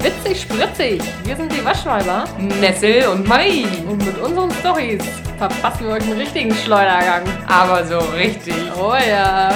Witzig spritzig. Wir sind die Waschweiber. Nessel und Marie. Und mit unseren Stories verpassen wir euch einen richtigen Schleudergang. Aber so richtig. Oh ja.